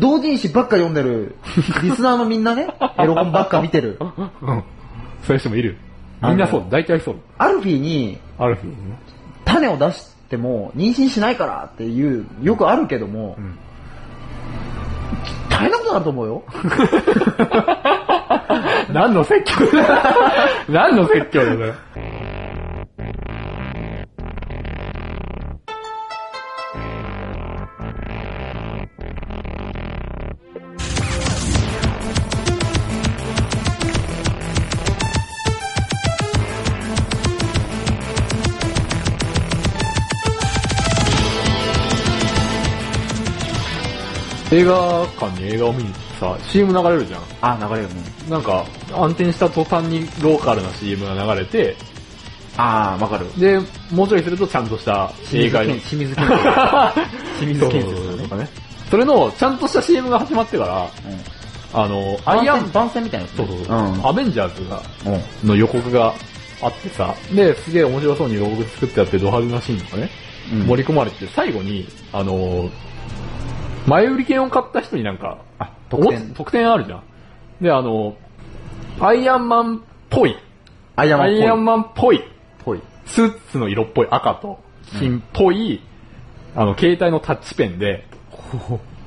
同人誌ばっか読んでる、リスナーのみんな ね、エロ本ばっか見てる。うん。そういう人もいる。みんなそうあ。の大体そう。アルフィーにある日ね。種を出しても妊娠しないからっていう、よくあるけども、うん。大変なことになると思うよ。 何の説教だ何の説教だよ、それ映画館に映画を見に行ってさ、CM 流れるじゃん。あ、流れるね。なんか、暗転した途端にローカルな CM が流れて、あー、わかる。で、もうちょいするとちゃんとした映画に。 清水建設。清水建そうそうそう設ととかかねね。それの、ちゃんとした CM が始まってから、あの、アアイイアアンン、マン、番宣みたいなやつそうね。そうそう、うん。アベンジャーズが、うんの予告があってさ、で、すげえ面白そうに予告作ってあって、ド派手なシーンとかね、うん盛り込まれてて、最後に、あの、前売り券を買った人になんか、あ、特お典。特典あるじゃん。で、あの、アイアンマンっぽい、アイアンマアンっぽいイアンマンっぽい、ぽい。スーツの色っぽい赤と金っぽい、あの、携帯のタッチペンで、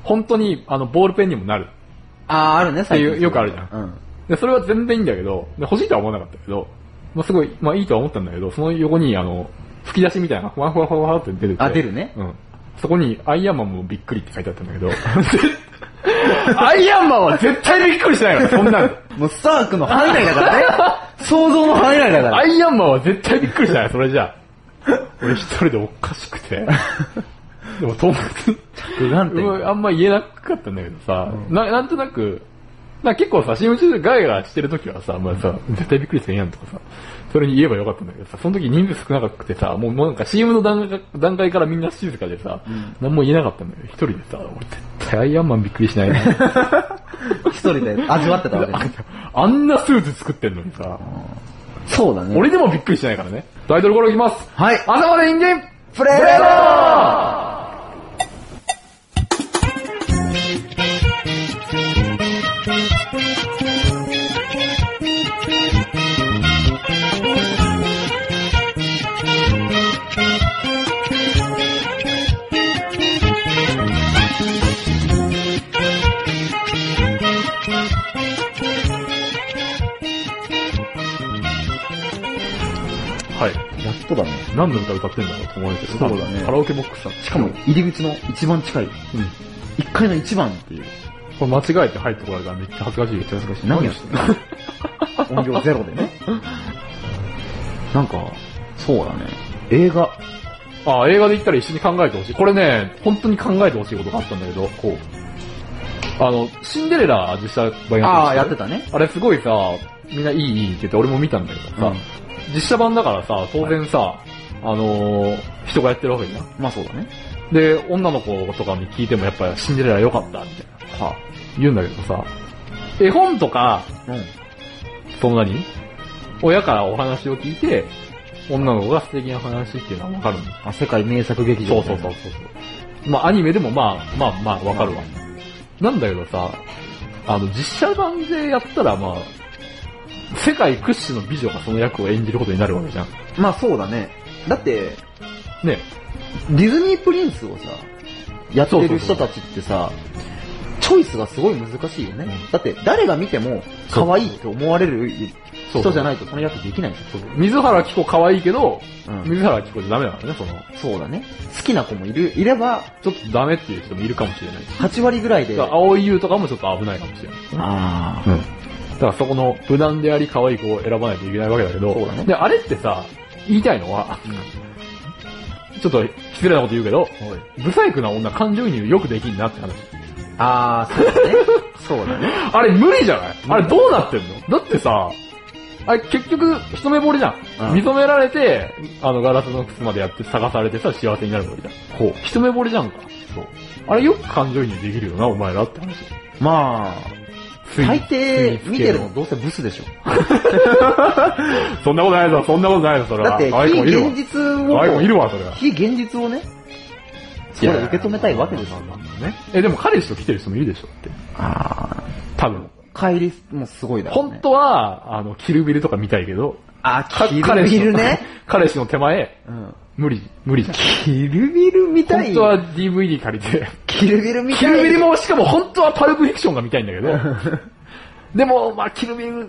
本当に、あの、ボールペンにもなる。あー、あるね、っていうよくあるじゃんうん。で、それは全然いいんだけど、で欲しいとは思わなかったけど、まあ、すごい、まあいいとは思ったんだけど、その横に、あの、吹き出しみたいなのがふわふわふわふわって出てて。あ出るねうん。そこに、アイアンマンもびっくりって書いてあったん だけど、アイアンマンは絶対びっくりしないから、そんなの。もうスタークの範囲内だから ね。想像の範囲内だから。アイアンマンは絶対びっくりしない、それじゃあ。俺一人でおかしくて。でも友達、不眼点うんあんま言えなかったんだけどさ、ななんとなく、なんか結構さ、CM 中でガヤガヤしてる時はさ、まあさ、絶対びっくりせんやんとかさ、それに言えばよかったんだけどさ、その時人数少なくてさ、もうもうなんか CM の段階段階からみんな静かでさ、何も言えなかったんだけど、一人でさ、俺絶対アイアンマンびっくりしないな。一人で味わってたわけね。あんなスーツ作ってんのにさ、そうだね。俺でもびっくりしないからね。タイトルコールいきます。はい朝まで人間プレイボーはい。やっとだね。何の歌歌ってんだろうと思われてる。そうだねカラオケボックスだ。しかも、入り口の一番近い。うん。一階の一番っていう。これ間違えて入ってこられたらめっちゃ恥ずかしい。めっちゃ恥ずかし何やってんの音量ゼロでね。なんか、そうだね。映画。あ、映画で言ったら一緒に考えてほしい。これね、本当に考えてほしいことがあったんだけど、こう。あの、シンデレラ実写版やああ、やっっててたたね。あれすごいさ、みんないいいいって言って俺も見たんだけどさ、うん実写版だからさ、当然さ、あのー人がやってるわけじゃん。まあそうだね。で、女の子とかに聞いてもやっぱシンデレラ良かったみたいな、は言うんだけどさ、絵本とか、うん。その何親からお話を聞いて、女の子が素敵な話っていうのはわかるんだ。あ、世界名作劇そ場うみたいそうな。そうそうそう。まあアニメでもまあまあまあわかるわ。なんだけどさ、あの実写版でやったらまあ、世界屈指の美女がその役を演じることになるわけじゃん。まあそうだね。だって、ね。ディズニープリンスをさ、やってる人たちってさ、チョイスがすごい難しいよね。うんだって、誰が見ても、可愛いと思われる人じゃないとその役できないんですよ。水原希子可愛いけど、うん水原希子じゃダメなのね、その。そうだね。好きな子もいる、いれば、ちょっとダメっていう人もいるかもしれない。 8割ぐらいで。だから青い優とかもちょっと危ないかもしれない。あうん。だからそこの無難であり可愛い子を選ばないといけないわけだけど、そうだねで、あれってさ、言いたいのは、ちょっと失礼なこと言うけど、ー。不細工な女感情移入よくできんなって話。あー、そうだね。 そうだね。あれ無理じゃないあれどうなってんのだってさ、あれ結局一目惚れじゃん。うん認められて、あのガラスの靴までやって探されてさ、幸せになるわけじゃん。ほう。一目惚れじゃんか。そう。あれよく感情移入できるよな、お前らって話。まあ、つい大ついに抵つけ見てるのどうせブスでしょ。そんなことないぞ、そんなことないぞ、それは。だって、可愛い非子もいるわ現実可愛い子もいるを、わ、それは。非現実をね、これ受け止めたいわけですよ。ね。え、でも彼氏と来てる人もいるでしょって。あ多分。あ。帰りもすごいだろうね本。当は、あの、キルビルとか見たいけど、あ、かキル彼氏ビのルね。 彼氏の手前、うん。無理、無理じゃん。キルビル見たい本当は DVD 借りて、キルビル見キたいルビルも、しかも本当はパルプフィクションが見たいんだけど、 でも、まあキルビル、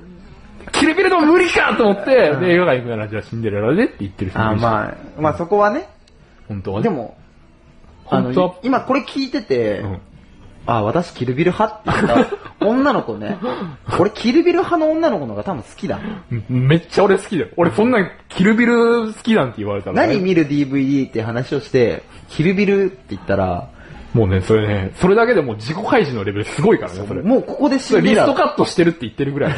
キルビルでも無理かと思って、うんで映画館行くならじゃあシンデレラでって言ってる人もいあ、るし、まあ、まあそこはね。本当はねで、も、あ本当はの、今これ聞いてて、うんあ、私キルビル派って言 った女の子ね。俺キルビル派の女の子の方が多分好きだ。めっちゃ俺好きだよ。俺そんなキルビル好きなんて言われたら、何見る DVD って話をして、キルビルって言ったら、もうね、それね、それだけでもう自己開示のレベルすごいからね、それ。もうここでそ死れんリでストた。カットしてるって言ってるぐら い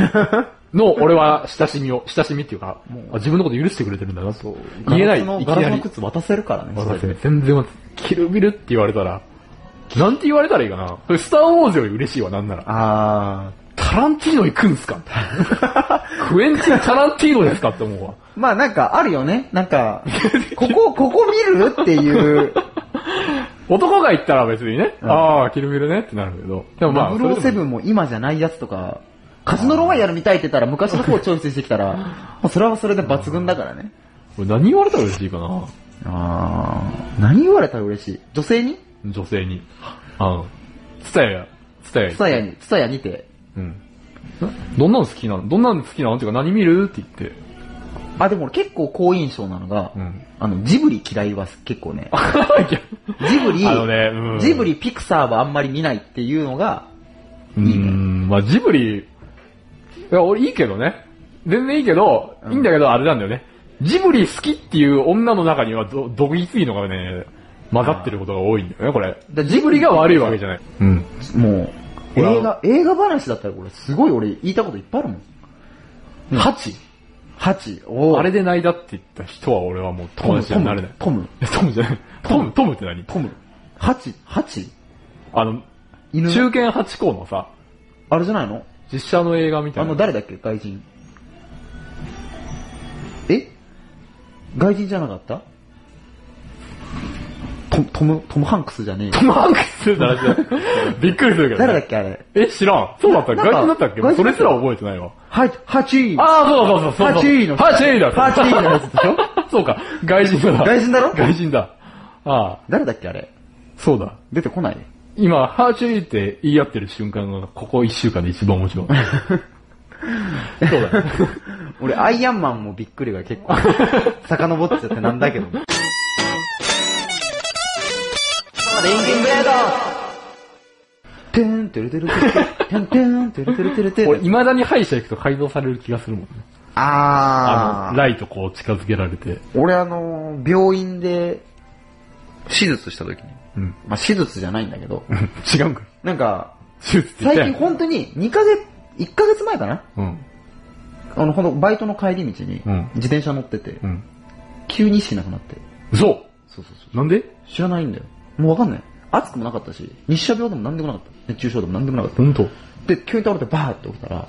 の、俺は親しみを、親しみっていうか、あ自分のこと許してくれてるんだなと。言えない。いガラスのきガラなスのり。靴渡せるからね。それ私ね、全然待つ。キルビルって言われたら、なんて言われたらいいかな。それスターウォーズより嬉しいわ、なんなら。あタランティーノ行くんすかクエンティン・タランティーノですかって思うわ。ー。まあなんかあるよね。なんか、ここ、ここ見るっていう。男が言ったら別にね、うんああ、キルビルねってなるけど。でもまあ、それでも007も今じゃないやつとか、カジノロワイヤル見たいって言ったら昔の方をチョイスしてきたら、もうそれはそれで抜群だからね。俺何言われたら嬉しいかな。あー、何言われたら嬉しい女性に女性に。あん。ツタヤ、ツタヤツタヤに、ツタヤにて。うん。どんなの好きなのどんなの好きなのっていうか何見るって言って。あ、でも俺結構好印象なのが、 うん。あの、ジブリ嫌いは結構 ね。ジブリ、あのね、うん。ジブリ、ピクサーはあんまり見ないっていうのが、うーん、まあジブリ、いや、俺いいけどね。全然いいけど、うんいいんだけど、あれなんだよね。ジブリ好きっていう女の中にはど、毒いついのがね、混ざってることが多いんだよね、これ。だジブリが悪いわけじゃない。うん。もう、俺は映画、映画話だったらこれすごい俺言いたこといっぱいあるもん。ハチ8、おーあれで泣いたって言った人は俺はもうト友ム、達にトはなれムない。、トム、え トムじゃない。トム、トムって何トム、8、8? あの、犬中堅八校のさ、あれじゃないの実写の映画みたあいな。の、誰だっけ外人。え外人じゃなかったトトム、トム・ハンクスじゃねえよ。トムハンクスって話だ。びっくりするけど、ね。誰だっけあれ。え、知らん。そうだったな外な人だんっかたっけもう外人そだれったすら覚えてないわ。はい、8位。ああ、そうそうそうそう。 8位の。 8位だ。 8位のやつでしょそうか。 外人だ。外人だろ外人だ。ああ、誰だっけあれ。そうだ。出てこない今、ハーチェイって言い合ってる瞬間が、ここ1週間で一番面白 い。そうだ。俺、アイアンマンもびっくりが結構、 遡っちゃってなんだけど。レインキンブレードてんてるてるてるてんてんてるてるてるて俺、る。未だに歯医者行くと改造される気がするもんね。ああーの、。ライトこう近づけられて。俺あのー病院で、手術した時に。うん。まあ、手術じゃないんだけど、 違うんかい。なんか、手術って言った最や近ん本当に2ヶ月、1ヶ月前かなうん。あの、ほんとバイトの帰り道にうん、自転車乗っててう、ん。急に意識なくなって。嘘そうそうそなんでう。知らないんだよ。もうわかんない。暑くもなかったし、日射病でもなんでもなかった。熱中症でもなんでもなかっ本当。た。で、急に倒れてバーって起きたら、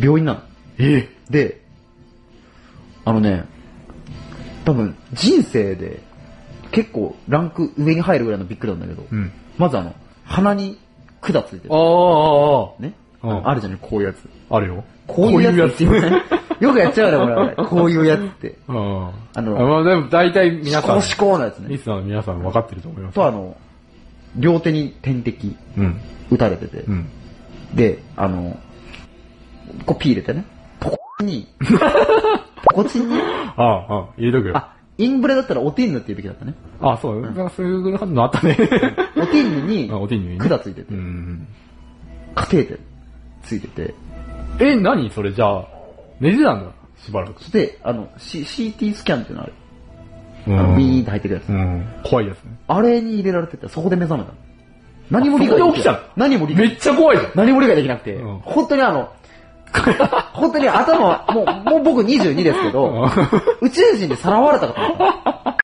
病院なの。ええ。で、あのね、多分人生で結構ランク上に入るぐらいのびっくりなんだけど、うん。まずあの、鼻に管ついてある。あ、ああ、ね。うんあのあるじゃん、こういうやつ。あるよ。こういうやつ ってこう言いうね。よくやっちゃうよね、これ。 こういうやつって。ああのまあでも大体皆さん、思考リス思考のやつね。ナーの皆さん分かってると思います。とあの、両手に点滴うん。打たれててう、ん。で、あの、こうピー入れてね、ポコチン に、ポコチンに、ああ、ああ、入れとくよ。ああ、インブレだったらおティンヌって言うべきだったね。あ、そう、なんかそういうのあ ったね。おティンヌにあ、お手にね。管ついててう、ん。カテーテルついてて、え、何それじゃあ、寝てたんだ。しばらくそ。して、あの、C- CT スキャンっていうのある。うあの、ビーンっんて。入ってくるやつう。ん。怖いやつね。あれに入れられてて、そこで目覚めたの。何も理解あそでこきで起きなたいの。何も理め解。っちゃ怖いじゃん。何も理解できなくて、うん本当にあの、本当に頭は、もう、もう僕22ですけど、宇宙人にさらわれたかと思った。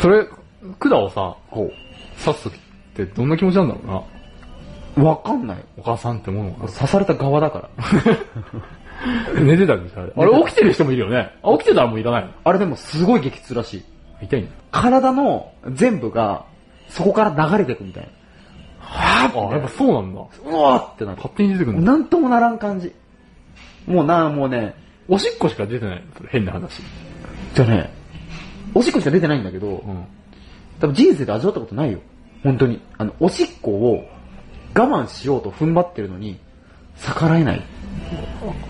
それ、管をさ、こ刺すときってどんな気持ちなんだろうな。う。わかんない。お母さんってものか刺された側だから。 な。寝てたんでしょあれ。あれ起きてる人もいるよね。あ、起きてたらもういらないの。あれでもすごい激痛らしい。痛いんだ。体の全部が、そこから流れていくみたいな。はあ、やっぱそうなんだ。うわーってなる。勝手に出てくるんだ。なんともならん感じ。もうな、もうね、おしっこしか出てないのそれ変な話。じゃね、おしっこしか出てないんだけど、うん。多分人生で味わったことないよ。本当に。あの、おしっこを我慢しようと踏ん張ってるのに、逆らえない。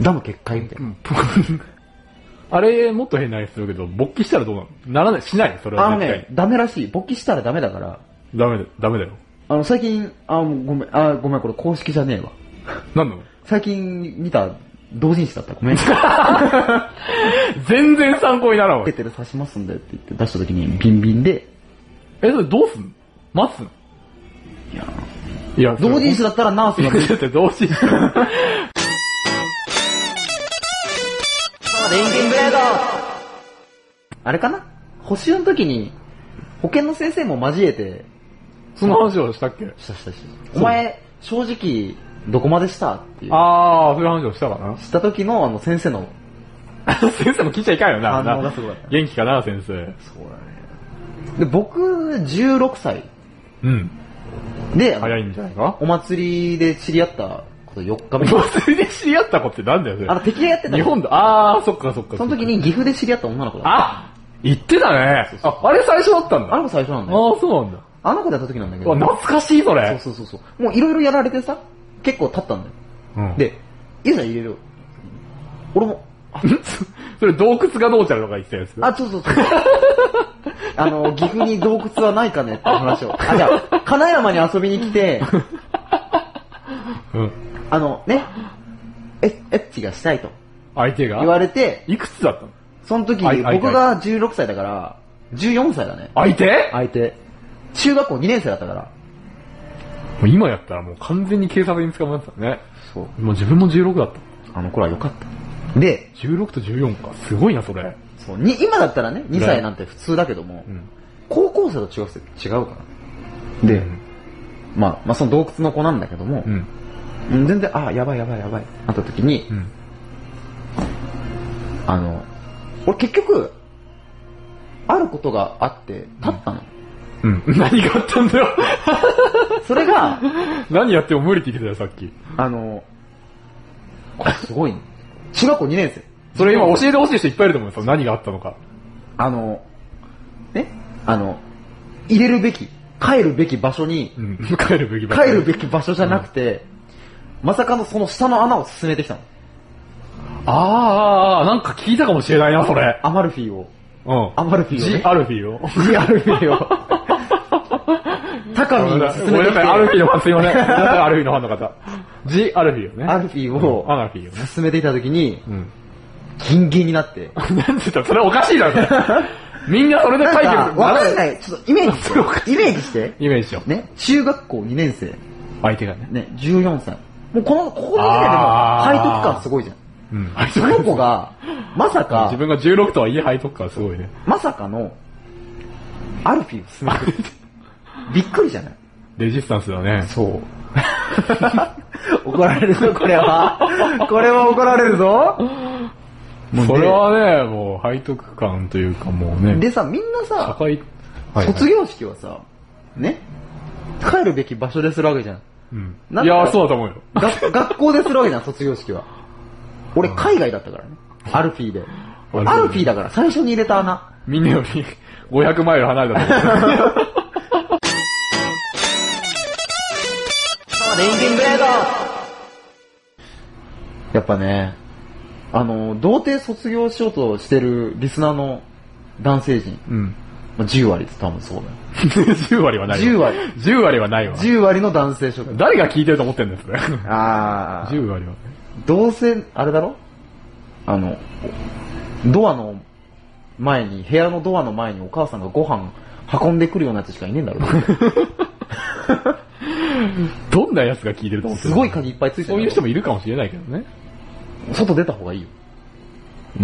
ダム決壊みたいな。 あれ、もっと変な話するけど、勃起したらどうなのならない、しない、それあはの絶対ね、ダメらしい。勃起したらダメだから、に。ダメだよ、ダメだよ。あの、最近、あ、もうごめん、あ、ごめん、これ公式じゃねえわ。なんなの最近見た同人誌だった。ごめん。全然参考にならんわペ。テル刺しますんだよって言って出した時にビンビンで、え、それどうすんの待つのいやいや、同人誌だ。だったらナースいがや、出てだって同人誌。 リンキンブレードあれかな補習の時に、保健の先生も交えて、その話をしたっけしたしたした。お前、正直、どこまでしたっていう。あー、そういう話をしたかな。した時の、あの、先生の、 先生も聞いちゃいかんよな。反応ながすごかった元気かな、先生。そうだね。で、僕、16歳うん。で、早いんじゃない かお祭りで知り合ったこと4日目。祭りで知り合った子ってなんだよ、そあの、れ。敵がやってた日本だ。 あー、そっかそっか。その時に岐阜で知り合った女の子だ。あ言ってたね。あ、あれ最初だったんあだ。あの子最初なんだよ。ー、そうなんだ。あの子でやった時なんだけうわ、ど。懐かしい、それ。そうそうそうそう。もういろいろやられてさ、結構経ったんだよ。うんで、いざ入れる。俺も、 それ洞窟がどうちゃらとか言ってたやつ。あ、そうそう そう。あの、岐阜に洞窟はないかねって話を。あ、じゃあ、金山に遊びに来 て、うん。あの、ね、エッエッチがしたいと相手言がわれて、いくつだったのその時、あいあい僕が16歳だから、14歳だね。相手相手。中学校2年生だったから。もう今やったらもう完全に警察に捕まってたね。そう。もう自分も16だった。あの頃は良かった。で、 16と14か。すごいな、それ。そうに今だったらね、2歳なんて普通だけども、うん。高校生と中学生違うから。で、まあ、まあその洞窟の子なんだけどもう、ん。うん全然、あ、やばいやばいやばい、なった時にう、ん。あの、俺結局、あることがあって、立ったの。うん。 何があったんだよ。それが、何やっても無理って言ってたよ、さっき。あの、これすごい、ね、中学校2年生。それ今教えてほしい人いっぱいいると思うんですよ。何があったのか。あの、ね、あの、入れるべき、帰るべき場所にう、ん。帰るべき帰るべき。き場所じゃなくて、まさかのその下の穴を進めてきたの。あーあーあー、なんか聞いたかもしれないな、それ。アマルフィを。うん。アマルフィを、ジ・ね。アルフィーを。ジアルフィを。高見に進ごめめんてなきさて、い、アルフィーアのファン すいません。ごめんなさいアルフィーのファンの方。ジ・アルフィーよね。ルフィうんアをルフィーよね。進めていたときに、うん。ギンギンになって、なんて言ったらそれおかしいだ ろ、みんなそれでなん解決。か、わかんないい。ちょっとイメージそれおし。かしてイメージして。イメージしよう。ね、中学校2年生、相手がね。ね、14歳。もうこの、ここの時点でもうあー背徳感すごいじゃん。うん。その子が、まさ自か、分が16とはいえ背徳感すごいね。まさかの、アルフィーを進めてくる。 びっくりじゃないレジスタンスだね。そう。 怒られるぞ、これは。これは怒られるぞ。もうねそれはね、もう背徳感というかもうね、でさ、みんな社さ、会、卒業業式はさ、ね、帰るべき場所でするわけじゃん。うん。なんいかやー、そうだと思うよ。 が学校でするわけじゃん、卒業式は。俺、海外だったからね。アルフィーで。ルフィーアルフィーだから、最初に入れた穴。みんなより500マイル離れたと ころ。やっぱね、あの、童貞卒業しようとしてるリスナーの男性陣、うん。まあ10割って多分そうだよ。 10割はない10わ。割。 10割はないわ。 10割の男性諸君。誰が聞いてると思ってんです かあー ?10 割はね。どうせ、あれだろあの、ドアの前に、部屋のドアの前にお母さんがご飯運んでくるようなやつしかいねえんだろ。どんな奴が聞い てると思ってするごい鍵いっぱいついてる。そういう人もいるかもしれないけどね。外出た方がいいよ。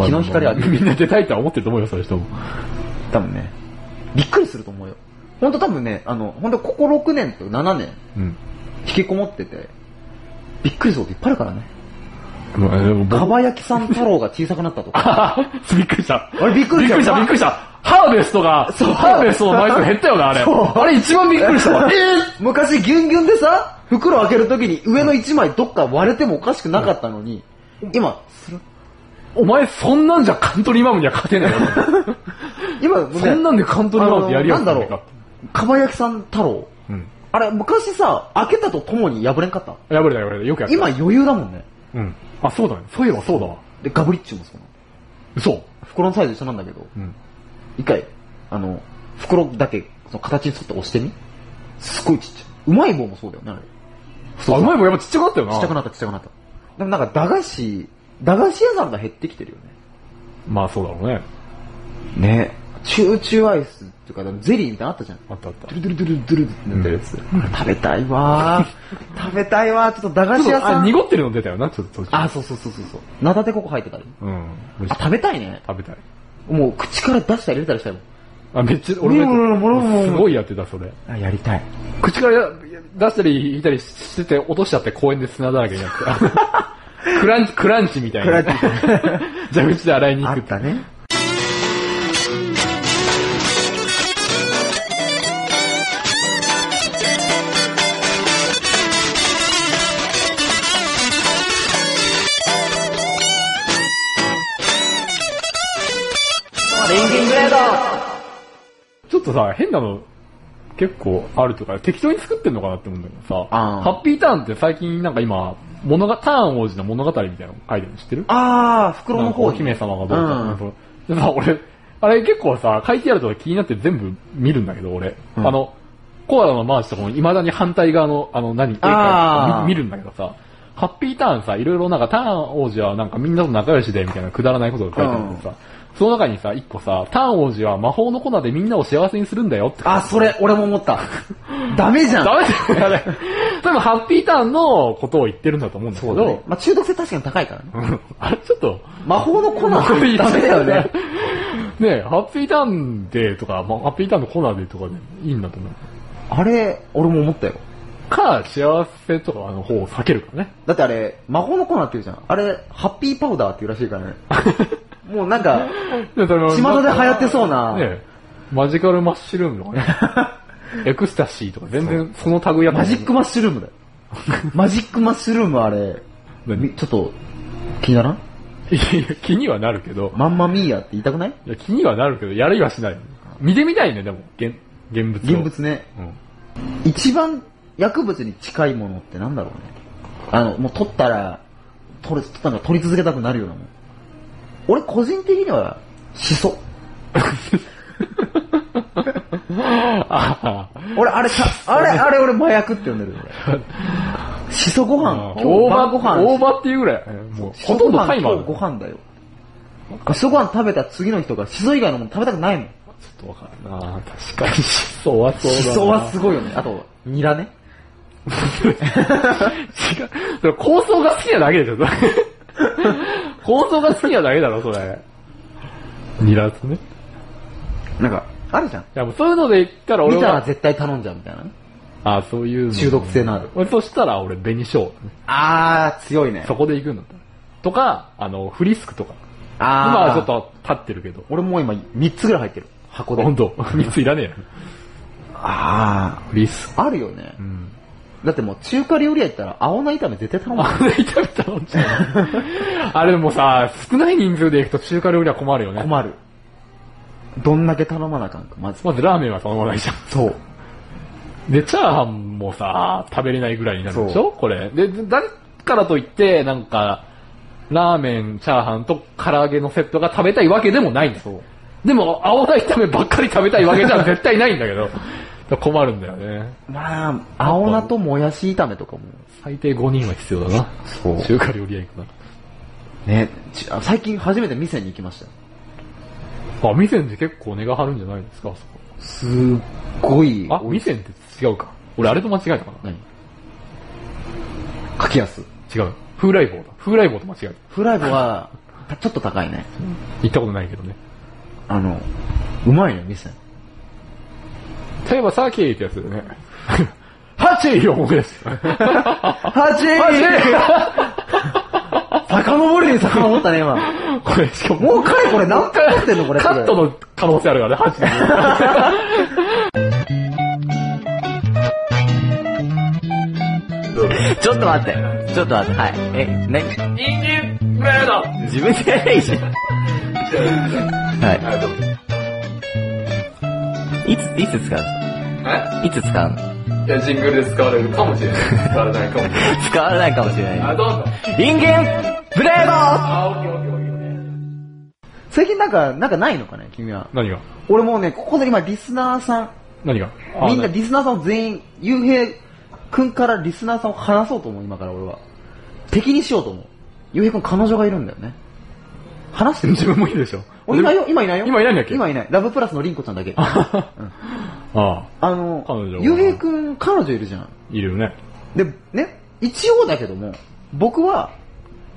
日の光浴びるみんな出たいとは思ってると思うよ、そういう人も。多分ね、びっくりすると思うよ。ほんと多分ね、あの、ほんとここ6年と7年、うん。引きこもってて、びっくりすることいっぱいあるからね。まあ、でもか僕、ば焼きさん太郎が小さくなったとか。 あびっくりした。 あれびっくりしたびっくりした、びっくりした。ハーベストが、そうハーベストの枚数減ったよな、あれ。そうあれ一番びっくりしたわ。え昔ギュンギュンでさ、袋開けるときに上の1枚どっか割れてもおかしくなかったのに、今、スルッお前そんなんじゃカントリーマムには勝てないよ。今、ね、そんなんでカントリーマムってやりやあすのいなんじゃだなろいかう。かば焼きさん太郎。うん。あれ、昔さ、開けたとともに破れんかった。やばいだ、やばいだ。よくやった。今、余裕だもんね。うん。あ、そうだね。そういえばそうだわ。で、ガブリッチもそうなの。嘘。袋のサイズ一緒なんだけど、うん。一回、あの、袋だけ、その形に沿って押してみ。すごいちっちゃい。うまい棒もそうだよね、あれ。あ、うまい棒やっぱちっちゃくなったよな。ちっちゃくなった、ちっちゃくなった。でもなんか、駄菓子、駄菓子屋さんが減ってきてるよまあそうだろうね。ね。ねチューチューアイスっていうか、ゼリーみたいなのあったじゃん。あったあったドゥ。ルドゥルドゥルドゥルってなってるやつ。あれ食べたいわー。食べたいわー。ちょっと駄菓子屋さあ、ん。濁ってるの出たよな、ちょっと途中。あ、そうそうそうそうそう。なだてここ入ってたり。うん。あ、食べたいね。食べたい。もう口から出したり入れたりしたいもん。あ、めっちゃ、俺うんうんうんうんもすごいやってた、それ。あ、やりたい。口からや出したり引いたりしてて、落としちゃって公園で砂だらけになって。 クランチ、クランチみたいな。クラ蛇口で洗いに行あくっ。たね。レンキングレードちょっとさ、変なの結構あるとか、適当に作ってんのかなって思うんだけどさ、あーハッピーターンって最近なんか今、物が、ターン王子の物語みたいなの書いてるの知ってるあー、袋なんのかお方姫に。様がどうかうなんそうでさ、俺、あれ結構さ、書いてあるとか気になって全部見るんだけど、俺。うんあの、コアラのマーチとかも未だに反対側の、あの何、絵あーか見見るんだけどさ、ハッピーターンさ、いろいろなんかターン王子はなんかみんなと仲良しでみたいなくだらないことが書いてあるんだけどさ、その中にさ、一個さ、ターン王子は魔法の粉でみんなを幸せにするんだよ って。あ、それ、俺も思 った。ダメじゃん。ダメだよ、あれ。多分ハッピーターンのことを言ってるんだと思うんだけそうだねど、まあ中毒性確かに高いからね。うん あれちょっと、魔法の粉はダメだよ ね。。 ねえハッピーターンデーとか、まあ、ハッピーターンのコーナーデーとかでいいんだと思う。あれ、俺も思ったよ。か、幸せとかの方を避けるかね。だってあれ、魔法の粉って言うじゃん。あれ、ハッピーパウダーって言うらしいからね。 もうなんか、で、それ巷で流行ってそうな。ねえマジカルマッシュルームと かね。エクスタシーとか全然その類やマジックマッシュルー ムだよ。マジックマッシュルームあれ、み何ちょっと、気にならんいや 気にはなるけど、マンマミーヤって言いたくないいや気にはなるけど、やるいはしない。見てみたいね、でも、現現物を。現物ね。うん。一番薬物に近いものってなんだろうね。あの、もう取ったら、取れ、取ったら取り続けたくなるようなもん。俺個人的には、シ ソ。あ俺、あれさ、あれ、あれ俺麻薬って呼んでるよ、俺。シソご飯、ー今大日葉晩ご飯。大葉っていうぐらい。もう、ほとんどタイマー今だ日ご飯だよ。シソご飯食べた次の人がシソ以外のもの食べたくないもん。ちょっとわかるな確かに。 シソはそうだなシソはすごいよね。あと、ニラね。違う。それ構想が好きなだけでしょ、それ。構想が好きなだけだろ、それ。ニラスね。いなんか、あるじゃん。や、もうそういうので言ったら俺見たらは、絶対頼んじゃうみたいなね。あそういうの中毒性のある。俺そしたら俺、紅生姜ね。あー、強いねそ。こで行くんだったら。とか、あの、フリスクとか。今あはー。ちょっと立ってるけど。俺もう今3つぐらい入ってる。箱で。ほんと、3ついらねえよ。あフリスク。ー。あるよねう。ん。だってもう中華料理屋行ったら青菜炒め絶対頼む。あれ炒めたもん じゃん。あれでもさ、少ない人数で行くと中華料理は困るよね。困る。どんだけ頼まなあかんか、まず。まずラーメンは頼まないじゃん。そう。で、チャーハンもさ、食べれないぐらいになるでしょこれ。で、だからといって、なんか、ラーメン、チャーハンと唐揚げのセットが食べたいわけでもないんだ。そう。でも、青菜炒めばっかり食べたいわけじゃ 絶対ないんだけど、困るんだよね。まあ、青菜ともやし炒めとかも。最低5人は必要だな。そ中華料理屋行くね、ちあ最近初めて店に行きましたよ。な。あ、店って結構値が張るんじゃないですかあそこすっごい。あ、店って違うか。俺あれと間違えたかな。何かきやす。違う。風来坊だ。風来坊と間違えた。フライブは、たちょっと高いね。行ったことないけどね。あの、うまいね、店。例えばサーキーってやつだよね。ハチーを思い出す。ハチハチ遡るに遡ったね、今。これ、しかも、もうかれこれ何回やってんのこれ。カットの。の可能性あるからね、8ちょっと待って。ちょっと待って。はい。え、何人間ブレード自分でやれいいじゃん。ははい、どうぞい。いつ、いつ使うえいつ使うのいや、ジングルで使われるかもしれない。使われないかもしれない。使わないかもしれない。あ、どうぞ。人間ブレードあ、オッケーオッケーオッケー。最近なんか、なんかないのかね君は。何が俺もうね、ここで今リスナーさん、何がみんなリスナーさんを全員、ゆうへいくんからリスナーさんを話そうと思う、今から俺は。敵にしようと思う。ゆうへいくん彼女がいるんだよね。話してみ自分もいるでしょ。俺今いよ、今いないよ。今いないんだっけ今いない。ラブプラスのリンコちゃんだけ。ああ、あの彼女、はゆうへいくん彼女いるじゃん。いるよね。で、ね、一応だけども、僕は、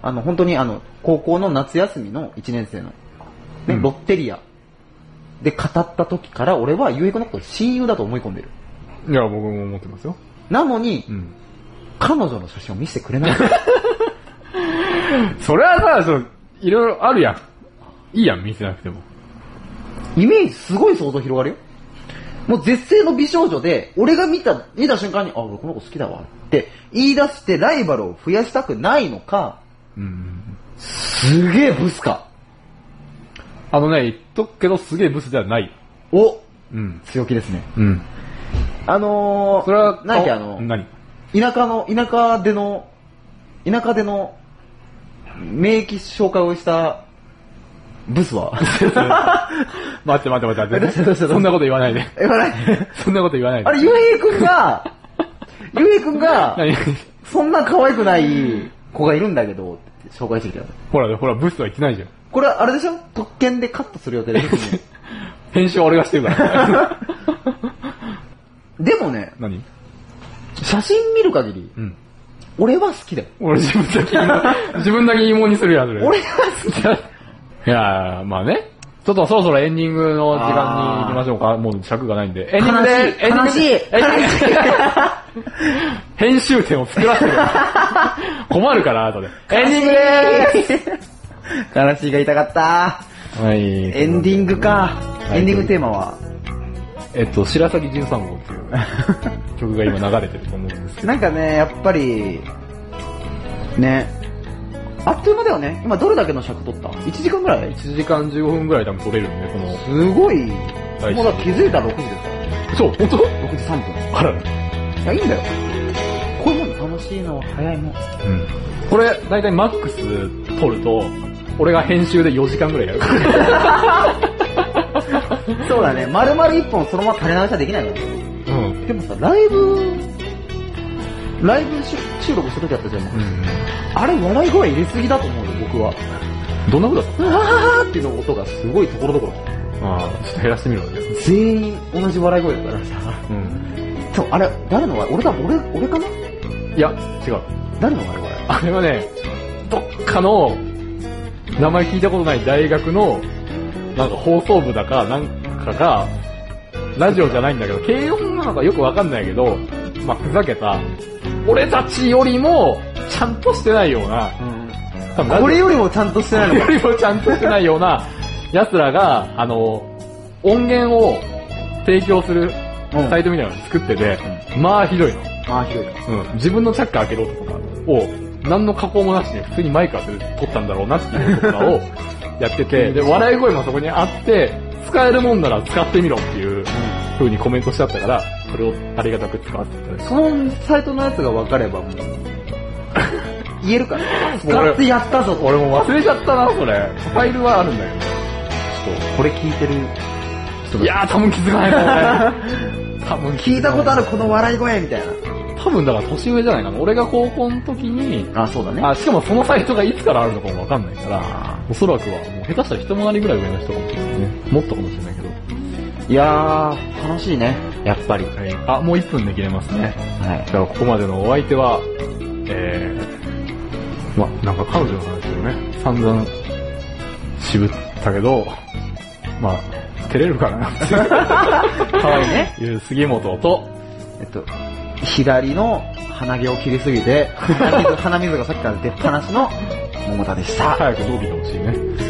あの、本当にあの、高校の夏休みの1年生の、ね、うんロッテリアで語った時から俺はゆうへいくんのことを親友だと思い込んでる。いや、僕も思ってますよ。なのに、うん。彼女の写真を見せてくれない。 それはさ、そのいろいろあるやん。いいやん、見せなくても。イメージすごい想像広がるよ。もう絶世の美少女で、俺が見た、見た瞬間に、あ、俺この子好きだわって言い出してライバルを増やしたくないのか、うん。すげえブスか。あのね、言っとくけど、すげえブスではない。お、うん。強気ですね。うん。あのー、それは、なんかあの、何田舎の、田舎での、田舎での、免疫紹介をした、ブス は、待って待って待ってえどうし待ったどうしたどうして。たそんなこと言わないで。言わない。そんなこと言わないで。あれ、ゆうへいくんが、ゆうへいくんが、何そんな可愛くない子がいるんだけど、って紹介してきたの。ほら、ほら、ブスとは言ってないじゃん。これはあれでしょ特権でカットする予定です、ね。編集は俺がしてるから。 でもね、何写真見る限り、うん。俺は好きだよ。俺自分だけ疑問、自分だけ疑問にするやん、それ。俺は好き。 いやー、まあね。ちょっとそろそろエンディングの時間に行きましょうか。もう尺がないんで。エンディングで、エンディン悲グしい。で悲しい。エンディン悲グでしい。 編集点を作らせる。 困るから、後で。エンディングで悲しいが痛かった。ーすはい。エンディングか。いエンディングテーマは、えっと、白崎純三号って いう曲が今流れてると思うんですけど。なんかね、やっぱり、ね、あっという間だよね。今どれだけの尺取った ?1 時間ぐらい1時間15分ぐらい多分撮れるんで、この。すごい。大もうだから気づいたら6時ですから。そう、本当6時3分。あら。いや、いいんだよ。こういうもの楽しいのは早いもん。うん。これ、だいたいマックス撮ると、俺が編集で4時間ぐらいやる。そうだね、丸々一本そのまま垂れ流しはできないからね。うん。でもさ、ライブ、ライブし収録した時あったじゃん。あれ、笑い声入れすぎだと思うよ、僕は。どんなことだったうわーっていうの音がすごいところどころ。ああ、ちょっと減らしてみるわけ全員同じ笑い声だからさ。うん。そう、あれ、誰の笑い俺だ、俺、俺かないや、違う。誰の笑い声あれはね、どっかの、名前聞いたことない大学の、なんか放送部だか、なんかが、ラジオじゃないんだけど、軽音なのかよくわかんないけど、まあ、ふざけた、俺たちよりも、ちゃんとしてないような、多分ラジオこれよりもちゃんとしてないのよか。りもちゃんとしてないような、奴らが、あの、音源を提供するうんサイトみたいなの作ってて、まあひどいの。あー、ひどいな。うん、自分のチャック開けろとかを、何の加工もなしに普通にマイク当てて撮ったんだろうなっていうとか をやってて、で、笑い声もそこにあって、使えるもんなら使ってみろっていう風にコメントしちゃったから、それをありがたく使わせていただいそのサイトのやつが分かれ ばもう、言えるから。使ってやったぞと。俺も忘れちゃったな、それ。ファイルはあるんだけど。ちょっこれ聞いてる人と。いやー、多分気づかないな、 俺。多分聞いたことあるこの笑い声みたい多分だから年上じゃないかな。俺が高校の時に、な。あ、そうだね。あ、しかもそのサイトがいつからあるのかもわかんないから、おそらくはもう下手したら一回りぐらい上の人かもしれないね。もっとかもしれないけいど。やー、楽しいね。やっぱり。はい。あ、もう1分で切れますね。はい。じゃあここまでのお相手は、えー、ま、なんか彼女の話をね、散々渋ったけど、まあ、照れるからなって かわいいね。いう杉本と、えっと、左の鼻毛を切りすぎて、鼻水鼻水がさっきから出っ放しの桃田でした。早くどう来てほしいね。